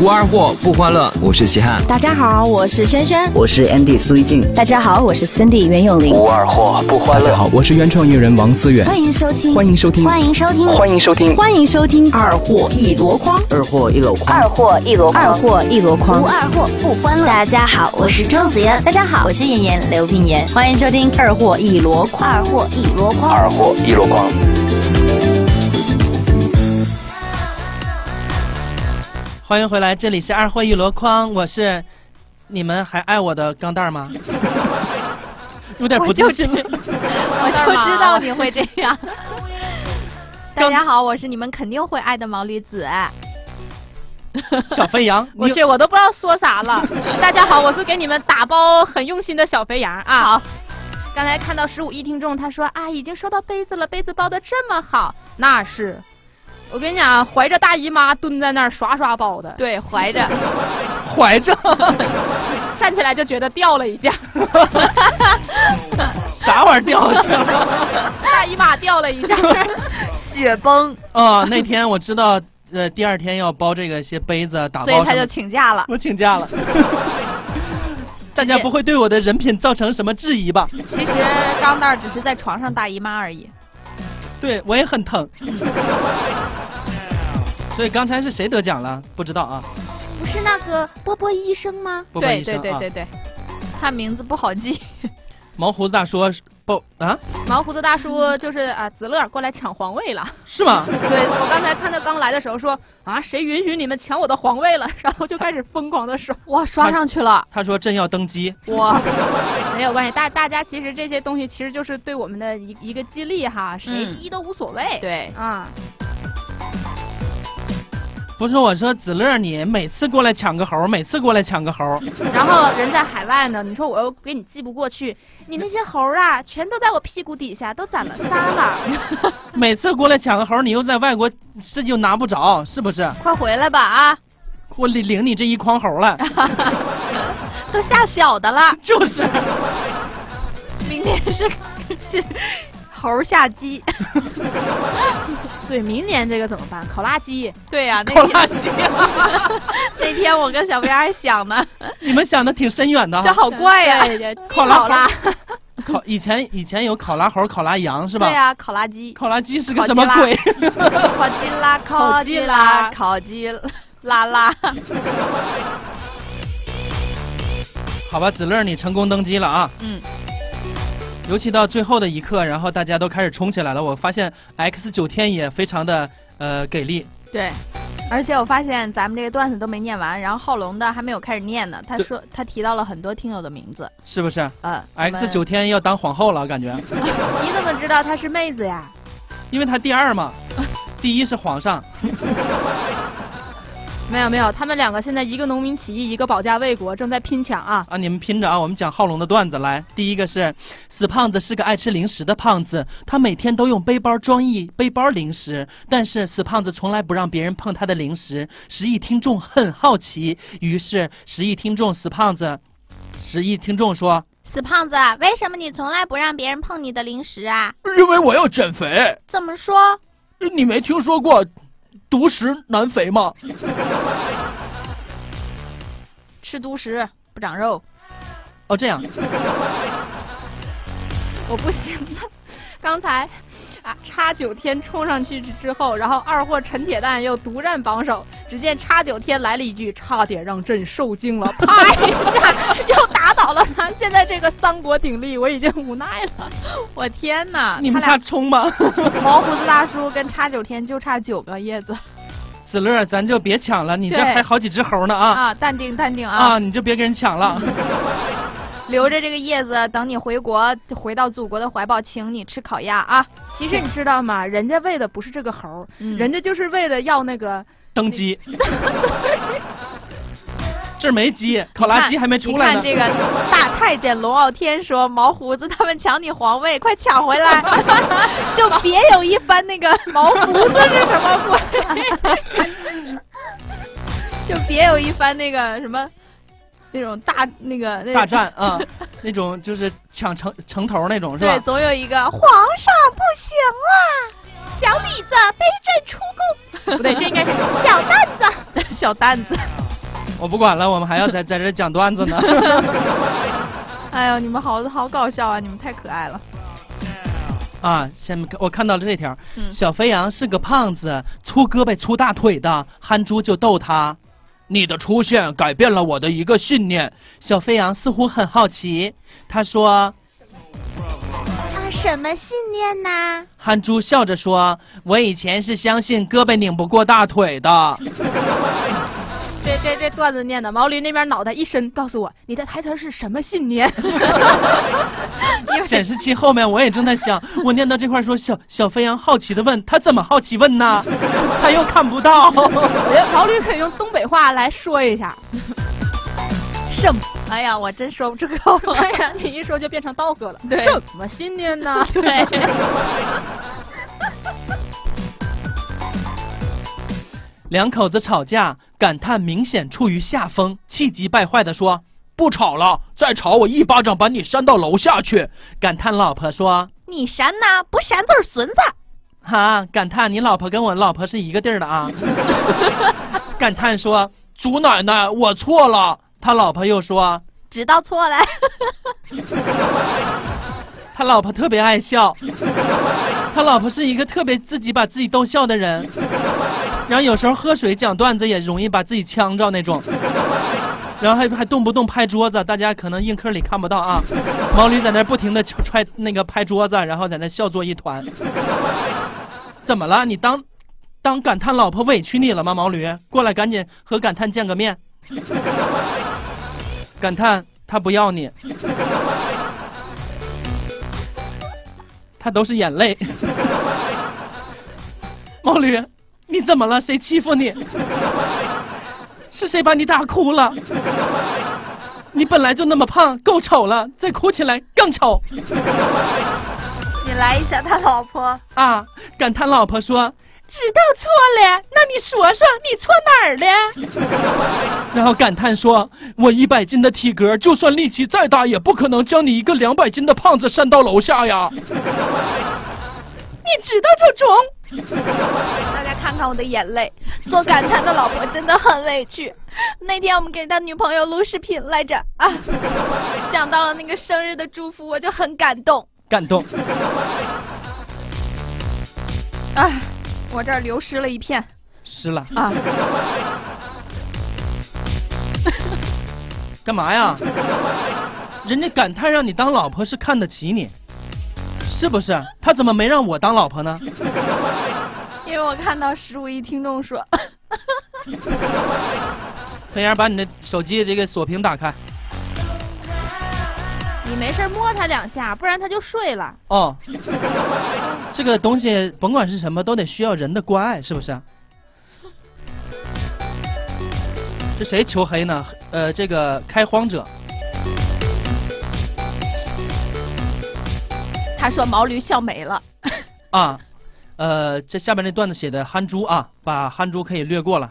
无二货不欢乐，我是齐汉。大家好，我是轩轩。我是 Andy 苏一静，大家好，我是 Cindy 袁咏琳。无二货不大欢家乐，好，我是原创艺人王思远，欢迎收听，欢迎收听。欢迎收听，欢迎收听欢迎收听二货一箩筐，二货一篓筐，货一箩筐，二货一箩筐无。二货不欢乐。大家好，我是周子妍。大家好，我是妍妍刘品言，欢迎收听二货一箩筐。二货一箩筐，二货一箩筐。欢迎回来，这里是二货一箩筐，我是你们还爱我的钢蛋儿 吗？有点不定心了。我就知道你会这样。大家好，我是你们肯定会爱的毛驴子。 小肥羊，我你去，我都不知道说啥了。大家好，我是给你们打包很用心的小肥羊啊。好，刚才看到十五亿听众，他说啊，已经收到杯子了，杯子包的这么好，那是。我跟你讲，怀着大姨妈蹲在那儿刷刷包的，对，怀着，怀着站起来就觉得掉了一下， 啥玩意儿掉下去了？大姨妈掉了一 下，雪崩，哦，那天我知道，呃，第二天要包这个些杯子打包所以他什就么请假了。我请假 了。大家不会对我的人品造成什么质疑吧？其实钢蛋儿只是在床上大姨妈而已。对我也很 疼。所以刚才是谁得奖了？不知道啊。不是那个波波医生吗？不管对医生对对啊对对，他名字不 好记。毛胡子大叔不啊？毛胡子大叔就是啊，子乐过来抢皇位了。是吗？对我刚才看他刚来的时候说啊，谁允许你们抢我的皇位了？ 然后就开始疯狂的刷，哇，刷上去了。他说朕要登基，哇，没有关系，大大家其实这些东西其实就是对我们的一一个激励哈，谁嗯第一都无所谓。对啊，不是我说子乐你每次过来抢个猴，每次过来抢个猴，然后人在海外呢，你说我又给你寄不过去，你那些猴儿啊，全都在我屁股底下，都攒了仨了， 每次过来抢个猴，你又在外国这就拿不着，是不是？快回来吧啊！ 我领领你这一筐猴了， 都下小的了，就是。明年是是猴下鸡。 对，明年这个怎么办？烤拉鸡。对呀、那烤拉鸡 那天我跟小肥羊还想呢， 你们想的挺深远的这哈。好怪呀、烤拉拉烤拉，烤以前以前有烤拉猴、烤拉羊是吧？对呀、烤拉鸡。烤拉鸡是个什么 鬼？烤鸡啦，烤鸡啦，烤鸡啦 啦。好吧，子乐你成功登基了啊！嗯，尤其到最后的一刻，然后大家都开始冲起来了。我发现 X 九天也非常的呃给力，对。而且我发现咱们这个段子都没念完，然后浩龙的还没有开始念呢。他说他提到了很多听友的名字，是不是呃？X 九，天要当皇后了，感 觉，我们你怎么知道她是妹子呀？因为她第二 嘛，第一是皇上。没有没有，他们两个现在一个农民起义，一个保家卫国，正在拼抢啊！啊，你们拼着啊！我们讲浩龙的段子来。第一个是死胖子是个爱吃零食的胖子，他每天都用背包装一背包零食，但是死胖子从来不让别人碰他的零食。十亿听众很好奇，于是十亿听众死胖子，十亿听众说死胖子，为什么你从来不让别人碰你的零食啊？：“因为我要减肥，怎么说？你没听说过独食难肥吗吃独食不长肉，？”哦，这样，我不行了。刚才啊，叉九天冲上去之后，然后二货陈铁蛋又独占榜首。只见叉九天来了一句，差点让朕受惊了，啪一下 又打倒了他。现在这个三国鼎立，我已经无奈了。我天哪 你们他怕冲吗？俩 毛胡子大叔跟叉九天就差九个叶子子乐，咱就别抢了，你这对还好几只猴呢啊！啊！淡定淡定啊，你就别跟人抢了。留着这个叶子，等你回国，回到祖国的怀抱，请你吃烤鸭啊！其实你知道吗？人家为的不是这个猴儿，人家就是为了要那个登 基。这儿没鸡，烤拉鸡还没出来呢。你看这个大太监龙傲天说：“毛胡子他们抢你皇位，快抢回 来，就别有一番那个毛胡子是什么鬼？ 就别有一番那个什么那种大那个那大战啊、那种就是抢城城头那种是对，吧？总有一个皇上不行啊， 小李子背朕出宫，不对，这应该是小蛋子，小蛋子。我不管了，我们还要在在这讲段 子呢。 哎呦，你们好好搞笑啊！你们太可爱了。啊，下面看我看到了这条，嗯小肥羊是个胖子，粗胳膊粗大腿的，憨猪就逗他。你的出现改变了我的一个信念。小肥羊似乎很好奇，他说啊，什么信念呐？：“憨猪笑着说，我以前是相信胳膊拧不过大腿 的。这这这段子念的，毛驴那边脑袋一伸，告诉我你的台词儿是什么 信念？显示器后面我也正在想，我念到这块说小小肥羊好奇的问他怎么好奇问呢？他又看不到。我觉得毛驴可以用东北话来说一下。什么？哎呀，我真说不出口。 哎呀，你一说就变成道哥了。对什么信念呢？对，两口子吵架，感叹明显处于下风，气急败坏地说：“不吵了，再吵我一巴掌把你扇到楼下去！”感叹老婆说你闪呐，不闪就是孙子。：“啊！”感叹你老婆跟我老婆是一个地儿的啊！感叹说：“祖奶奶，我错了。”他老婆又说知道错了，他老婆特别爱笑，他老婆是一个特别自己把自己逗笑的人，然后有时候喝水讲段子也容易把自己呛着那种，然后还还动不动拍桌子，大家可能映客里看不到啊，毛驴在那儿不停的踹那个拍桌子，然后在那笑作一团。怎么了？你当当感叹老婆委屈你了吗？毛驴，过来赶紧和感叹见个面。感叹他不要你。他都是眼泪。毛驴，你怎么了？谁欺负你？是谁把你打哭了？你本来就那么胖，够丑了，再哭起来更丑你来一下他老婆。啊！感叹老婆说：“知道错了，那你说说你错哪儿了？”然后感叹说：“我一百斤的体格，就算力气再大，也不可能将你一个两百斤的胖子扇到楼下呀！你知道就中。”大家看看我的眼泪，做感叹的老婆真的很委屈。那天我们给他女朋友录视频来着啊，想到了那个生日的祝福，我就很感动。感动。啊，我这儿流失了一片湿了，啊， 干嘛呀？人家感叹让你当老婆是看得起你，是不是？他怎么没让我当老婆呢？因为我看到十五亿听众说， 黑岩，把你的手机这个锁屏打开。你没事摸它两下，不然它就睡了。哦，这个东西甭管是什么，都得需要人的关爱，是不是？这谁求黑呢？呃，这个开荒者，他说毛驴笑没了。啊，呃，这下边那段子写的憨猪啊，把憨猪可以略过了，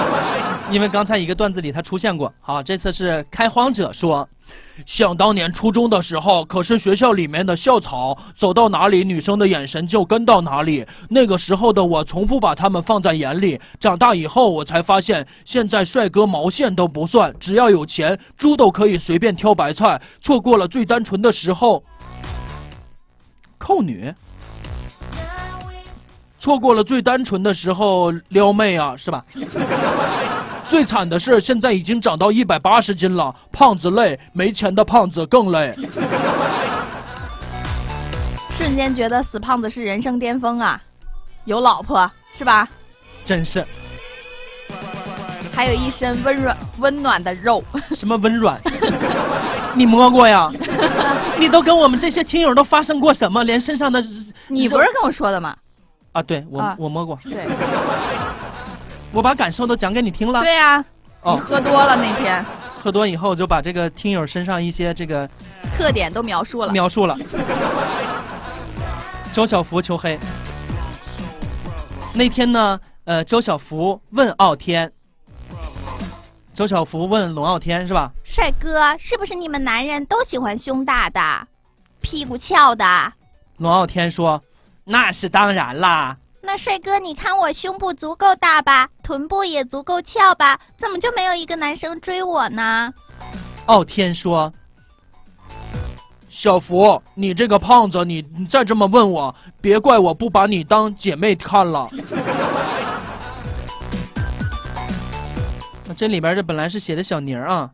因为刚才一个段子里他出现过。好，这次是开荒者说，想当年初中的时候，可是学校里面的校草，走到哪里女生的眼神就跟到哪里。那个时候的我从不把他们放在眼里，长大以后我才发现，现在帅哥毛线都不算，只要有钱，猪都可以随便挑白菜。错过了最单纯的时候，扣女。错过了最单纯的时候撩妹啊，是吧？ 最惨的是现在已经长到一百八十斤了，胖子累，没钱的胖子更累。瞬间觉得死胖子是人生巅峰啊！有老婆是吧？真是还有一身温软温暖的肉。 什么温软，你摸过呀？你都跟我们这些听友都发生过什么？连身上的你不是跟我说的吗？啊？对我、啊我摸过，对我把感受都讲给你听了。对啊呀、你哦，喝多了那天，喝多以后我就把这个听友身上一些这个特点都描述了。描述了。周小福求黑。那天呢，呃，周小福问傲天，周小福问龙傲天是吧？帅哥，是不是你们男人都喜欢胸大的、屁股翘的？龙傲天说：“那是当然啦。那帅哥，你看我胸部足够大吧？臀部也足够翘吧？怎么就没有一个男生追我呢？傲哦天说：“小福，你这个胖子，你你再这么问我，别怪我不把你当姐妹看了。” 那这里边这本来是写的小宁儿啊，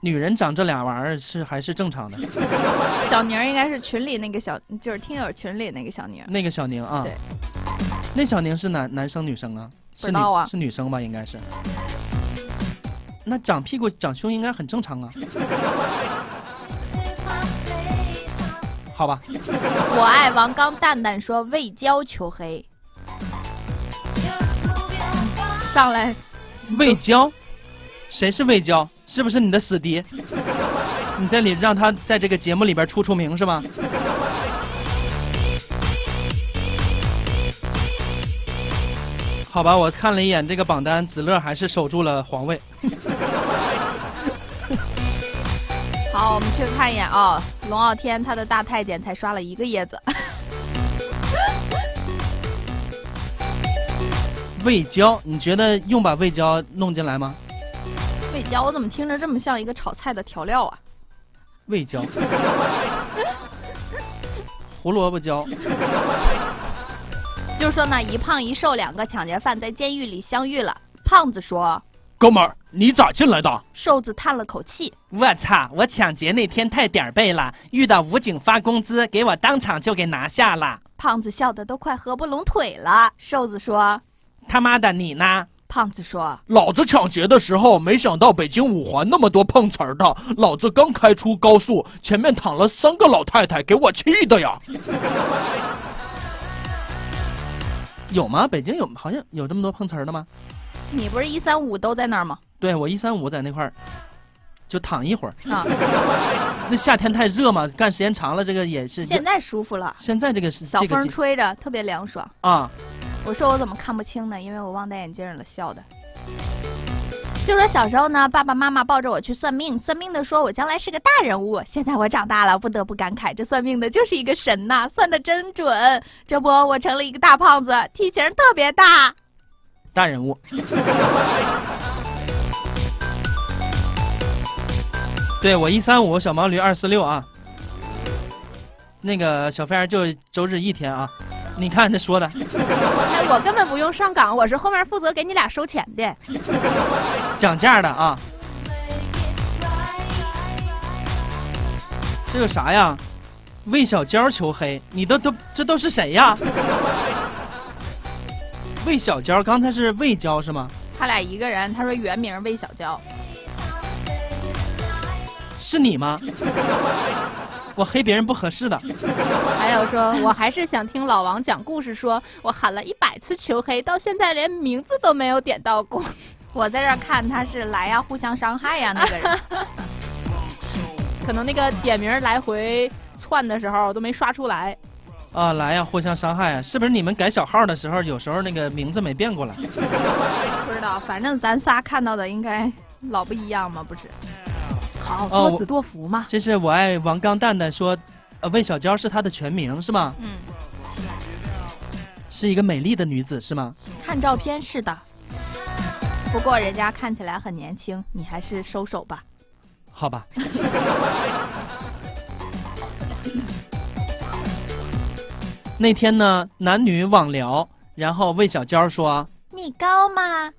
女人长这俩玩意儿是还是正常的。小宁儿应该是群里那个小，就是听友群里那个小宁儿。那个小宁啊，对，那小宁是男男生女生啊？不是知女道啊是女生吧？应该是。那长屁股长胸应该很正常 啊。好吧，我爱王刚蛋蛋说为娇求黑，上来魏娇，谁是魏娇？是不是你的死敌？你在里让他在这个节目里边出出名是吧？好吧，我看了一眼这个榜单，子乐还是守住了皇位。好，我们去看一眼啊、龙傲天他的大太监才刷了一个叶子， 魏娇，你觉得用把魏娇弄进来吗？魏娇，我怎么听着这么像一个炒菜的调料啊？ 魏椒、胡萝卜椒，就说呢，一胖一瘦两个抢劫犯在监狱里相遇了。胖子说，哥们儿，你咋进来的？瘦子叹了口气，我操！我抢劫那天太点儿背了，遇到武警发工资，给我当场就给拿下了。胖子笑得都快合不拢腿了。瘦子说，他妈的，你呢？胖子说，老子抢劫的时候，没想到北京五环那么多碰瓷儿的。老子刚开出高速，前面躺了三个老太太，给我气的 呀！有吗？北京有好像有这么多碰瓷儿的吗？你不是一三五都在那儿吗？对我一三五在那块儿就躺一会儿。啊，那夏天太热嘛，干时间长了，这个也是。现在舒服了，现在这个是小这个风季吹着特别凉爽。啊，我说我怎么看不清呢？因为我忘戴眼镜了，笑的。就说小时候呢，爸爸妈妈抱着我去算命，算命的说我将来是个大人物。现在我长大了，不得不感慨，这算命的就是一个神呐、算的真准。这不，我成了一个大胖子，体型特别大。大人物。 对我一三五，小毛驴二四六啊。那个小飞儿就周日一天啊，你看这说的，哎，我根本不用上岗，我是后面负责给你俩收钱的。讲价的啊。这有啥呀？魏小娇求黑，你都都这都是谁 呀？魏小娇，刚才是魏娇是吗？他俩一个人，他说原名魏小娇，是你吗？我黑别人不合适的。还有说，呃我还是想听老王讲故事说，我喊了一百次求黑，到现在连名字都没有点到过。我在这儿看他是来呀、互相伤害呀、那个 人。可能那个点名来回窜的时候都没刷出来。啊，来呀、互相伤害啊！是不是你们改小号的时候，有时候那个名字没变过来？不知道，反正咱仨看到的应该老不一样嘛，不是？好，哦多子多福嘛。这是我爱王刚蛋蛋说，呃，魏小娇是她的全名是吗？嗯，是一个美丽的女子是吗？看照片是的，不过人家看起来很年轻，你还是收手吧。好吧。那天呢，男女网聊，然后魏小娇说你高吗？：“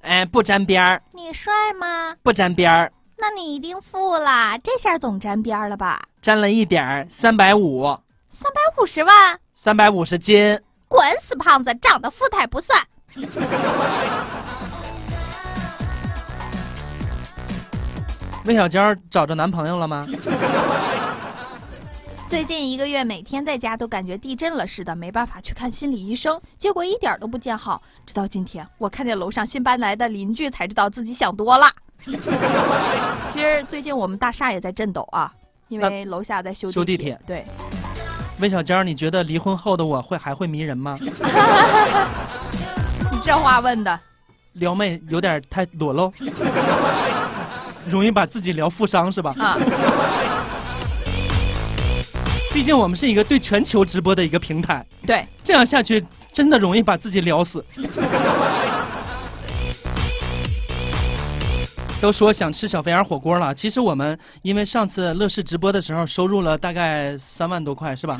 哎，不沾边儿，你帅吗？不沾边儿，那你一定富啦，这下总沾边儿了吧？沾了一点儿，三百五，三百五十万，三百五十斤。”滚死胖子，长得富态不算。魏小娇找着男朋友了吗？最近一个月每天在家都感觉地震了似的，没办法去看心理医生，结果一点都不见好。直到今天，我看见楼上新搬来的邻居，才知道自己想多了。 其实最近我们大厦也在震抖啊，因为楼下在修修地地铁对， 魏小娇，你觉得离婚后的我会还会迷人吗？你这话问的，撩妹有点太裸露，容易把自己聊负伤是吧？啊。毕竟我们是一个对全球直播的一个平台，对，这样下去真的容易把自己聊死。都说想吃小肥羊火锅了，其实我们因为上次乐视直播的时候收入了大概三万多块，是吧？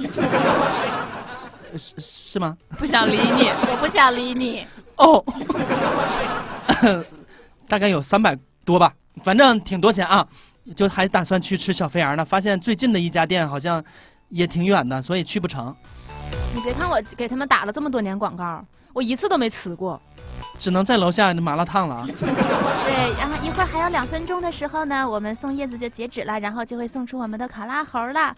呃是是吗？不想理你，我不想理你。哦， 大概有三百多吧，反正挺多钱啊。就还打算去吃小肥羊呢，发现最近的一家店好像也挺远的，所以去不成，你别看我给他们打了这么多年广告，我一次都没吃过。只能在楼下麻辣烫了啊。对，然后一会儿还有两分钟的时候呢，我们送叶子就截止了，然后就会送出我们的卡拉猴了。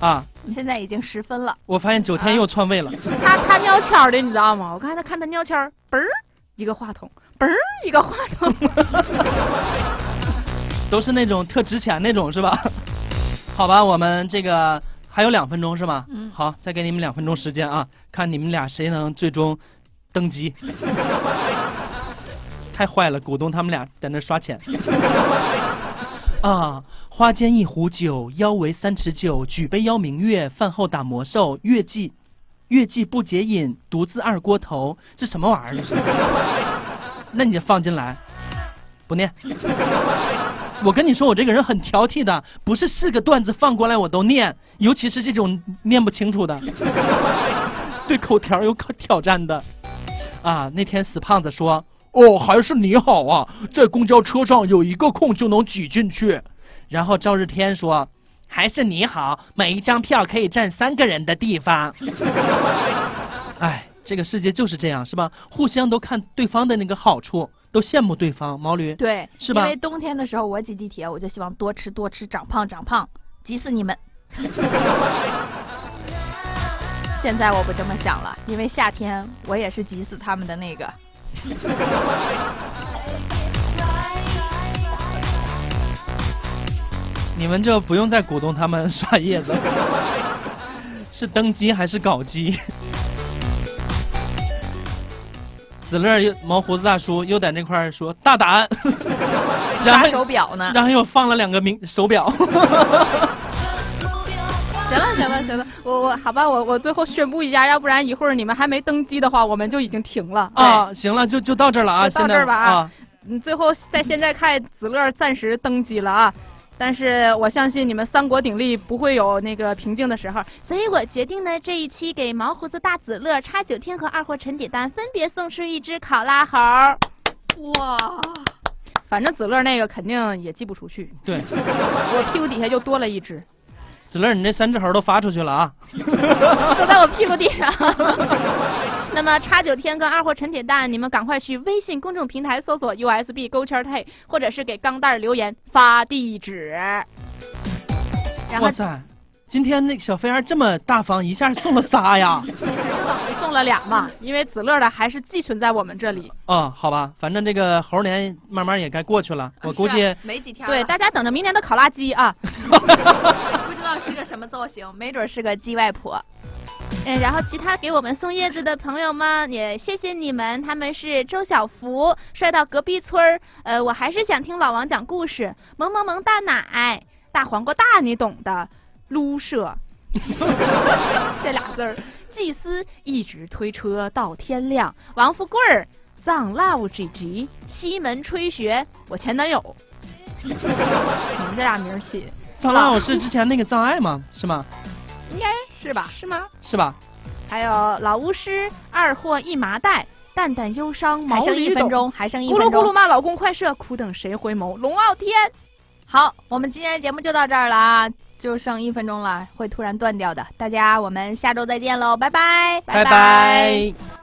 啊，现在已经十分了，我发现九天又串位了。他他尿签儿的，你知道吗？我刚才看他尿签儿，嘣儿一个话筒，嘣儿一个话筒。 都是那种特值钱那种是吧？ 好吧，我们这个还有两分钟是吗？嗯。好，再给你们两分钟时间啊，看你们俩谁能最终登基。太坏了，股东他们俩在那刷钱。 啊！花间一壶酒，腰围三尺九。举杯邀明月，饭后打魔兽。月季，月季不解饮，独自二锅头。这什么玩意儿？ 那你就放进来，不念。我跟你说，我这个人很挑剔的，不是是个段子放过来我都念，尤其是这种念不清楚的，对口条有可挑战的。啊，那天死胖子说：“哦，还是你好啊，在公交车上有一个空就能挤进去。”然后赵日天说：“还是你好，买一张票可以站三个人的地方。”哎，这个世界就是这样，是吧？互相都看对方的那个好处，都羡慕对方。毛驴，对，是吧因为冬天的时候我挤地铁，我就希望多吃多吃，长胖长胖，急死你们。 现在我不这么想了，因为夏天我也是急死他们的那个。你们这不用再鼓动他们刷叶子，是登基还是搞基？子乐又毛胡子大叔又在那块儿说大胆，然刷后手表呢？然后又放了两个名手表，行了行了行了，我我好吧，我我最后宣布一下，要不然一会儿你们还没登机的话，我们就已经停了。啊，行了，就就到这儿了啊，就现到在这儿吧啊啊，嗯，最后在现在看子乐暂时登基了啊，但是我相信你们三国鼎立不会有那个平静的时候。所以我决定呢，这一期给毛胡子大子乐、叉九天和二货陈铁蛋分别送出一只考拉猴。哇，反正子乐那个肯定也寄不出去，对，我屁股底下就多了一只。子乐你这三只猴都发出去了啊， 坐在我屁股底上。 那么叉九天跟二货陈铁蛋，你们赶快去微信公众平台搜索 USB 勾圈 T，或者是给钢蛋儿留言发地址。然后哇塞，今天那小飞儿这么大方，一下送了仨呀，就等于送了俩嘛，因为子乐的还是寄存在我们这里。啊，好吧，反正这个猴年慢慢也该过去了，我估计、是啊没几天了。对， 大家等着明年的考拉鸡 啊！不知道是个什么造型，没准是个鸡外婆。嗯，然后其他给我们送叶子的朋友们也谢谢你们，他们是周小福，帅到隔壁村儿。呃，我还是想听老王讲故事。萌萌萌大奶，大黄瓜大，你懂的，撸舍这俩字儿。祭司一直推车到天亮，王富贵儿藏 love 几集，西门吹雪，我前男友。 你们这俩名儿起藏獒我是之前那个障碍吗？是吗？应该是吧？是吗？是吧？还有老巫师，二货一麻袋，淡淡忧伤，还毛剩一驴分懂。钟，还剩一咕分噜钟。咕噜骂老公快射，苦等谁回眸？龙傲天，好，我们今天的节目就到这儿了啊，就剩一分钟了，会突然断掉的。大家，我们下周再见喽，拜拜，拜拜